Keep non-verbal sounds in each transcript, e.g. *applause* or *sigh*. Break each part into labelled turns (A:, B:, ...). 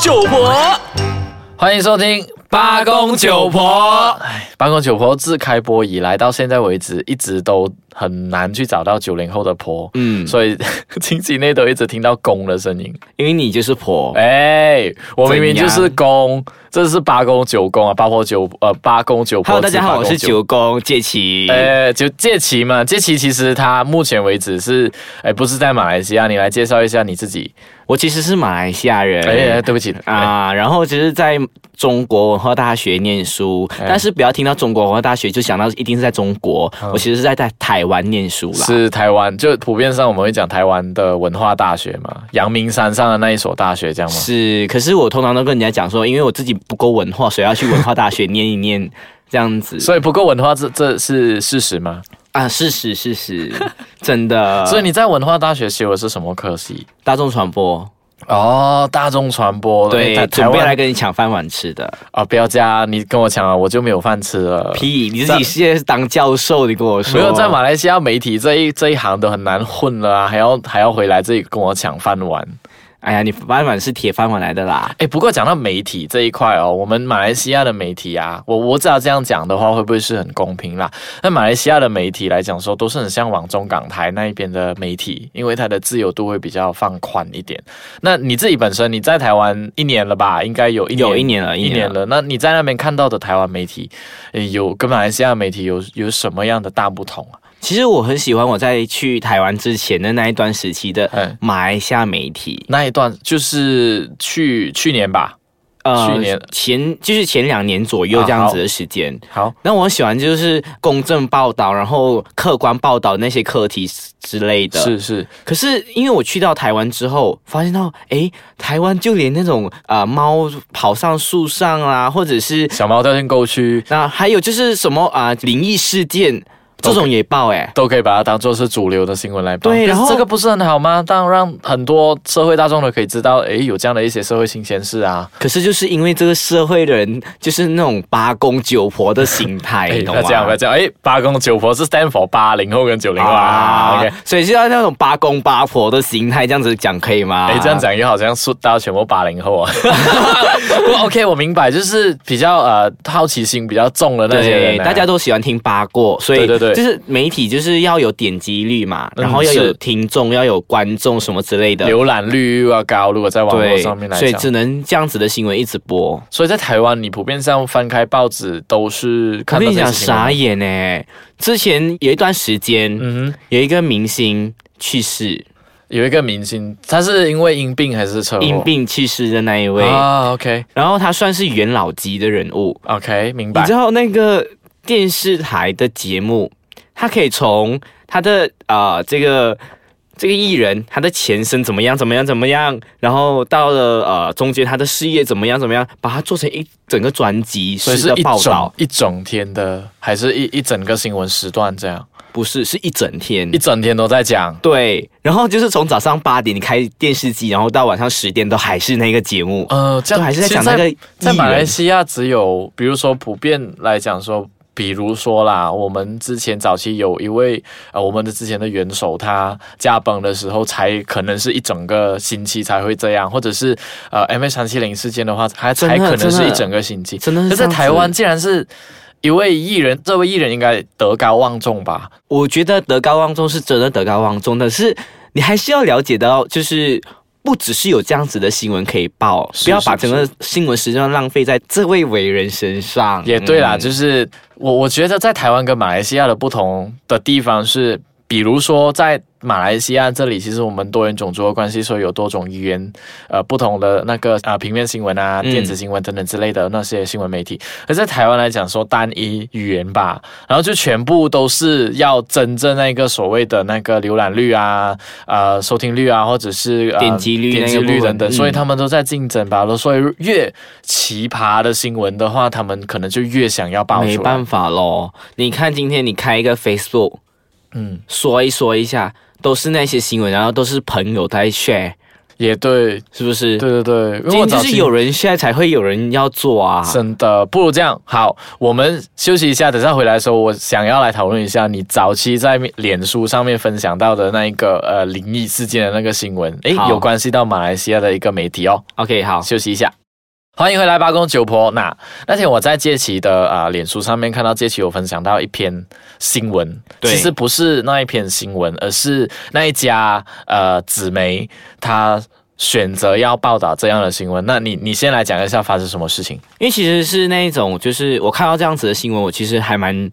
A: 九
B: 哎
A: 婆，
B: 欢迎收听《
A: 八公九婆》
B: 哎。八公九婆自开播以来到现在为止，一直都很难去找到九零后的婆，
A: 嗯，
B: 所以亲戚内都一直听到公的声音。
A: 因为你就是婆，
B: 哎，我明明
A: 怎
B: 就
A: 样
B: 是公，这是八公九公啊，八婆九呃八公九婆。
A: Hello，大家
B: 自
A: 好，
B: 八
A: 我
B: 公
A: 是九公介琪。
B: 呃，就借奇嘛，借奇其实他目前为止是，哎，不是在马来西亚，你来介绍一下你自己。
A: 我其实是马来西亚
B: 哎，
A: 人
B: 对不起啊，
A: 啊，然后其实在中国文化大学念书，
B: 哎
A: 但是不要听到中国文化大学就想到一定是在中国，我其实是在在台湾念书啦。
B: 嗯是台湾，就普遍上我们会讲台湾的文化大学嘛，阳明山上的那一所大学，这样吗？
A: 是，可是我通常都跟人家讲说，因为我自己不够文化，所以要去文化大学念一念，这样子
B: 所以不够文化，这这是事实吗？
A: 啊，事实
B: *laughs*
A: 事实，真的。
B: 所以你在文化大学修的是什么科系？
A: 大众传播，
B: 哦，大众传播。哎
A: 对
B: 台，
A: 准
B: 台
A: 备
B: 湾
A: 来跟你抢饭碗吃的。
B: 啊、不要加，你跟我抢啊，我就没有饭吃了。
A: 屁！你自己现在是当教授，你跟我
B: *laughs*
A: 说
B: 没有在马来西亚媒体这一这一行都很难混了啊，还要还要回来这里跟我抢饭碗。
A: 哎呀，你饭碗是铁饭碗来的啦。
B: 哎，不过讲到媒体这一块哦，我们马来西亚的媒体啊，我我只要这样讲的话，会不会是很公平啦？那马来西亚的媒体来讲说，都是很向往中港台那一边的媒体，因为它的自由度会比较放宽一点。那你自己本身你在台湾一年了吧？应该有一年
A: 有一年了，
B: 一年。了。那你在那边看到的台湾媒体，呃有跟马来西亚媒体有有什么样的大不同啊？
A: 其实我很喜欢我在去台湾之前的那一段时期的
B: 嗯
A: 马来西亚媒体。
B: 那一段就是去去年吧。去年
A: 呃
B: 啊
A: 前就是前两年左右这样子的时间。
B: 好，
A: 那我很喜欢就是公正报道，然后客观报道那些课题之类的。
B: 是是，
A: 可是因为我去到台湾之后，发现到诶，台湾就连那种呃猫跑上树上啊，或者是
B: 小猫掉进沟区。
A: 那还有就是什么啊、灵异事件这种也报诶。
B: 都可以把它当做是主流的新闻来报。
A: 对然后
B: 可是这个不是很好吗？当然让很多社会大众都可以知道，诶，有这样的一些社会新鲜事啊。
A: 可是就是因为这个社会的人就是那种八公九婆的心态，
B: 诶
A: 你
B: 不
A: 哎
B: 要哎
A: 懂啊吗？
B: 这样，不要这样。诶，八公九婆是 stand for 八零后跟九零后啊。
A: 啊
B: OK，
A: 所以就要那种八公八婆的心态，这样子讲可以吗？
B: 哎诶，这样讲又好像说到全部八零后
A: *laughs*
B: 啊。不过 OK，我明白，就是比较呃好奇心比较重的那些人
A: 对，
B: 啊、
A: 大家都喜欢听八卦，所以
B: 对对对
A: 就是媒体就是要有点击率嘛，
B: 嗯
A: 然后要
B: 是
A: 有听众，要有观众什么之类的。
B: 浏览率啊又要高，如果在网络
A: 对
B: 上面，来
A: 所以
B: 讲。
A: 只能这样子的新闻一直播。
B: 所以在台湾，你普遍上翻开报纸都是
A: 我
B: 看
A: 跟
B: 到
A: 你
B: 这
A: 讲，
B: 些新闻
A: 傻眼呢！之前有一段时间，
B: 嗯哼。
A: 有一个明星去世，
B: 有一个明星，他是因为因病还是车祸？
A: 因病去世的那一位，
B: 啊，OK
A: 然后他算是元老级的人物。
B: OK，明
A: 你
B: 白
A: 知。道那个电视台的节目，他可以从他的啊、呃这个这个艺人他的前身怎么样怎么样怎么样，然后到了呃中间他的事业怎么样怎么样，把它做成一整个专辑
B: 所以
A: 式
B: 是
A: 的
B: 一
A: 报
B: 整
A: 道，
B: 一整天的，还是一一整个新闻时段这样，
A: 不是是一整天
B: 一。整天都在讲。
A: 对，然后就是从早上八点你开电视机，然后到晚上十点都还是那个节目，
B: 呃，这
A: 都
B: 样
A: 还是在
B: 其实
A: 讲那个艺
B: 在马来
A: 人。
B: 西亚只有，比如说普遍来讲说，比如说啦，我们之前早期有一位呃，我们的之前的元首他驾崩的时候，才可能是一整个星期才会这样，或者是呃 M A 三七零事件的话，还
A: 真的
B: 才可能
A: 真
B: 是
A: 的
B: 一整个星期。
A: 真的
B: 可
A: 是这
B: 在
A: 样子
B: 台湾，竟然是一位艺人，这位艺人应该德高望重吧？
A: 我觉得德高望重是真的德高望重，但是你还是要了解到，就是不只是有这样子的新闻可以报，
B: 是
A: 不要
B: 是
A: 把整个新闻时间浪费在这位伟人身上。
B: 也对啦，
A: 嗯
B: 就是我我觉得在台湾跟马来西亚的不同的地方是，比如说在马来西亚这里，其实我们多元种族的关系，所以有多种语言，呃，不同的那个啊、平面新闻啊、
A: 嗯
B: 电子新闻等等之类的那些新闻媒体。而在台湾来讲，说单一语言呃吧，然后就全部都是要真正那个所谓的那个浏览率啊、呃收听率啊，或者是、呃、
A: 点击率
B: 点击
A: 那个部
B: 率
A: 分
B: 等等，所以
A: 嗯
B: 他们都在竞争吧。所以越奇葩的新闻的话，他们可能就越想要爆出来。
A: 没办法咯。你看今天你开一个 Facebook
B: 嗯，
A: 说一说一下，都是那些新闻，然后都是朋友在 share。
B: 也对，
A: 是不是？
B: 对对对，因为
A: 今
B: 我
A: 天
B: 早
A: 就是
B: 期
A: 有人现在才会有人要做啊。
B: 真的，不如这样好，我们休息一下，等下回来的时候，我想要来讨论一下你早期在脸书上面分享到的那一个呃灵异事件的那个新闻，诶，
A: 好
B: 有关系到马来西亚的一个媒体哦。
A: OK，好，
B: 休息一下。欢迎回来八公九婆。那那天我在杰奇的啊、脸书上面看到杰奇有分享到一篇新闻，
A: 对
B: 其实不是那一篇新闻，而是那一家呃纸媒他选择要报道这样的新闻。那你你先来讲一下发生什么事情？
A: 因为其实是那一种，就是我看到这样子的新闻，我其实还蛮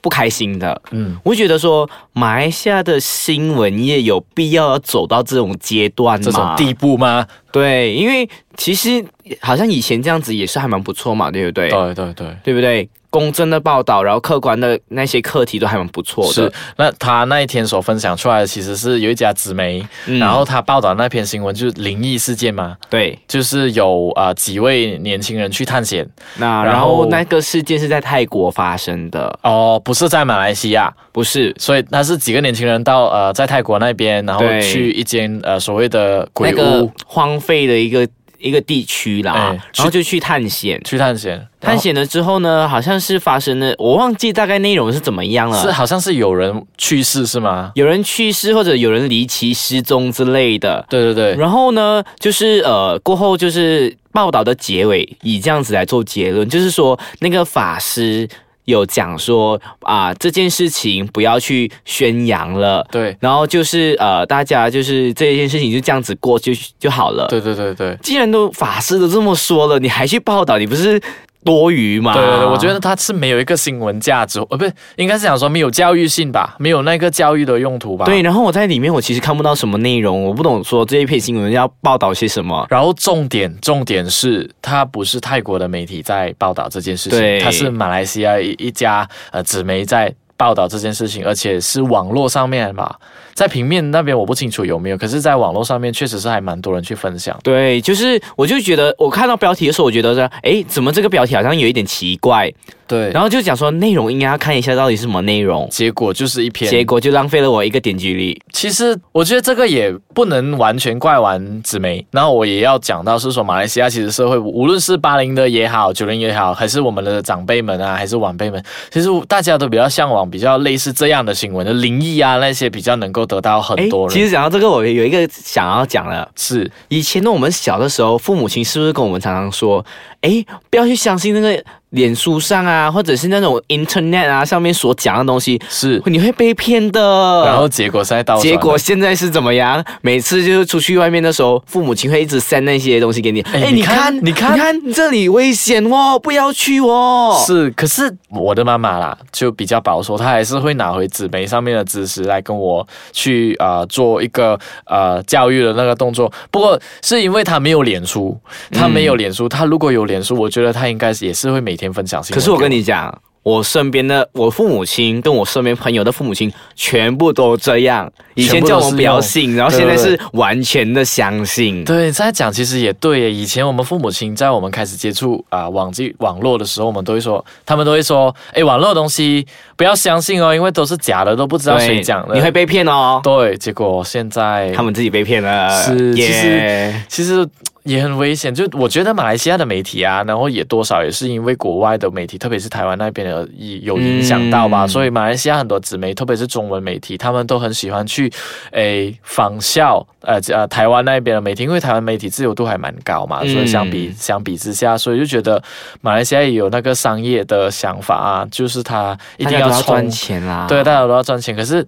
A: 不开心的。
B: 嗯，
A: 我会觉得说，马来西亚的新闻业有必要要走到这种阶段吗？
B: 这种地步吗？
A: 对，因为其实好像以前这样子也是还蛮不错嘛，对不对？
B: 对对对。
A: 对不对？公正的报道，然后客观的那些课题都还蛮不错的。
B: 是，那他那一天所分享出来的其实是有一家纸媒，
A: 嗯
B: 然后他报道那篇新闻就是灵异事件嘛，
A: 对，
B: 就是有啊、呃几位年轻人去探险，
A: 那
B: 然
A: 然
B: 后
A: 后那个事件是在泰国发生的，
B: 哦，不是在马来西亚，
A: 不是
B: 所以他是几个年轻人到呃在泰国那边，然后
A: 对
B: 去一间呃所谓的鬼
A: 那
B: 屋、
A: 个荒废的一个一个地区啦，
B: 哎
A: 然后就去探险。
B: 去探险，
A: 探险了之后呢，好像是发生了，我忘记大概内容是怎么样
B: 然后是
A: 了。
B: 好像是有人去世是吗？
A: 有人去世或者有人离奇失踪之类的。
B: 对对对，
A: 然后呢，就是呃，过后就是报道的结尾以这样子来做结论，就是说那个法师有讲说啊、这件事情不要去宣扬了。
B: 对
A: 然后就是呃，大家就是这件事情就这样子过就就好了。
B: 对对对对。
A: 既然都法师都这么说了，你还去报道，你不是多余吗？
B: 对对对，我觉得他是没有一个新闻价值，呃，不是，应该是想说没有教育性吧，没有那个教育的用途吧。
A: 对。，然后我在里面，我其实看不到什么内容，我不懂说这一篇新闻要报道些什么。
B: 然后重点重点是，它不是泰国的媒体在报道这件事情，
A: 对
B: 它是马来西亚一一家呃纸媒在报道这件事情，而且是网络上面吧，在平面那边我不清楚有没有，可是在网络上面确实是还蛮多人去分享。
A: 对，就是我就觉得我看到标题的时候，我觉得说，哎，怎么这个标题好像有一点奇怪？
B: 对然
A: 然
B: 后
A: 后就讲说内容应该要看一下到底是什么内容，
B: 结果就是一篇。
A: 结果就浪费了我一个点击率。
B: 其实我觉得这个也不能完全怪完纸媒，然后我也要讲到是说，马来西亚其实社会，无论是八零的也好，九零也好，还是我们的长辈们啊，还是晚辈们，其实大家都比较向往比较类似这样的新闻，就灵异啊那些比较能够得到很
A: 诶
B: 多人。
A: 其实讲到这个，我有一个想要讲的，
B: 是
A: 以前呢，我们小的时候，父母亲是不是跟我们常常说，哎，不要去相信那个脸书上啊，或者是那种 internet 啊上面所讲的东西，
B: 是，
A: 你会被骗的。
B: 然后结果现在到
A: 结果现在是怎么样？每次就是出去外面的时候，父母亲会一直 send 那些东西给你。
B: 诶
A: 哎，
B: 你
A: 你看
B: 看，
A: 你
B: 你看
A: 看，你看，这里危险哦，不要去哦。
B: 是，可是我的妈妈啦，就比较保守，她还是会拿回纸媒上面的知识来跟我去啊、呃做一个呃教育的那个动作。不过是因为她没有脸书，她没有脸书，她如果有脸书，我觉得她应该也是会每天分享新闻。
A: 可是我跟，你讲，我身边的我父母亲跟我身边朋友的父母亲全部都这样，以前叫我们不要信，然后现在是完全的相信。
B: 对，在讲其实也对耶。以前我们父母亲在我们开始接触啊、网际网络的时候，我们都会说，他们都会说，哎，网络的东西不要相信哦，因为都是假的，都不知道谁讲的。
A: 你会被骗哦。
B: 对，结果现在
A: 他们自己被骗了，
B: 是其实
A: 耶，
B: 其实也很危险。就我觉得马来西亚的媒体啊，然后也多少也是因为国外的媒体，特别是台湾那边的有有影响到吧。
A: 嗯
B: 所以马来西亚很多纸媒，特别是中文媒体，他们都很喜欢去诶仿效呃呃台湾那边的媒体，因为台湾媒体自由度还蛮高嘛，
A: 嗯
B: 所以相比相比之下，所以就觉得马来西亚也有那个商业的想法啊，就是他一
A: 大
B: 定
A: 家都要
B: 冲
A: 赚钱啦。
B: 对，大家都要赚钱。可是，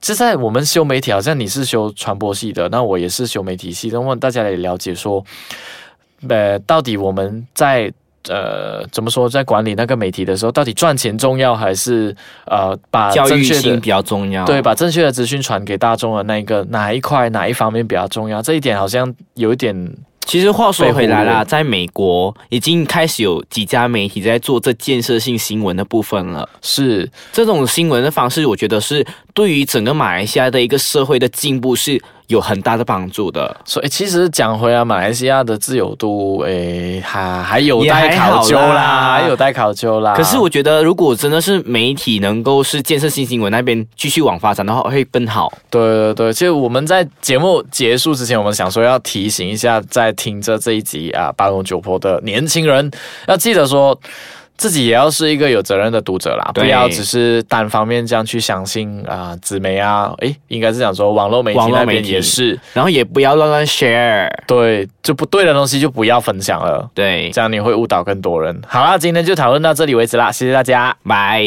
B: 就在我们修媒体，好像你是修传播系的，那我也是修媒体系的。那么大家也了解说，呃，到底我们在呃怎么说，在管理那个媒体的时候，到底赚钱重要还是呃把
A: 教
B: 正
A: 育
B: 确
A: 性哦
B: 的
A: 比较重要，
B: 对把正确的资讯传给大众的那一个哪一块哪一方面比较重要？这一点好像有一点
A: 其实话说回来
B: 被忽
A: 啦，
B: 略
A: 在美国已经开始有几家媒体在做这建设性新闻的部分了。
B: 是
A: 这种新闻的方式，我觉得是对于整个马来西亚的一个社会的进步是有很大的帮助的。
B: 所以其实讲回来，马来西亚的自由度，诶，还还有
A: 也
B: 待
A: 还好
B: 考究啦，
A: 啦
B: 还有待考究啦。
A: 可是我觉得，如果真的是媒体能够是建设性新闻那边继续往发展的话，会更好。
B: 对对对，其实我们在节目结束之前，我们想说要提醒一下在听着这一集啊《八龙九婆》的年轻人，要记得说。自己也要是一个有责任的读者啦，不
A: 对
B: 要只是单方面这样去相信啊、纸媒啊，诶，应该是讲说网络媒体
A: 网络
B: 那
A: 媒
B: 边
A: 体
B: 也是
A: 然后也不要乱乱 share。
B: 对，就不对的东西就不要分享了，
A: 对，
B: 这样你会误导更多人。好啦，今天就讨论到这里为止啦，谢谢大家。
A: 拜。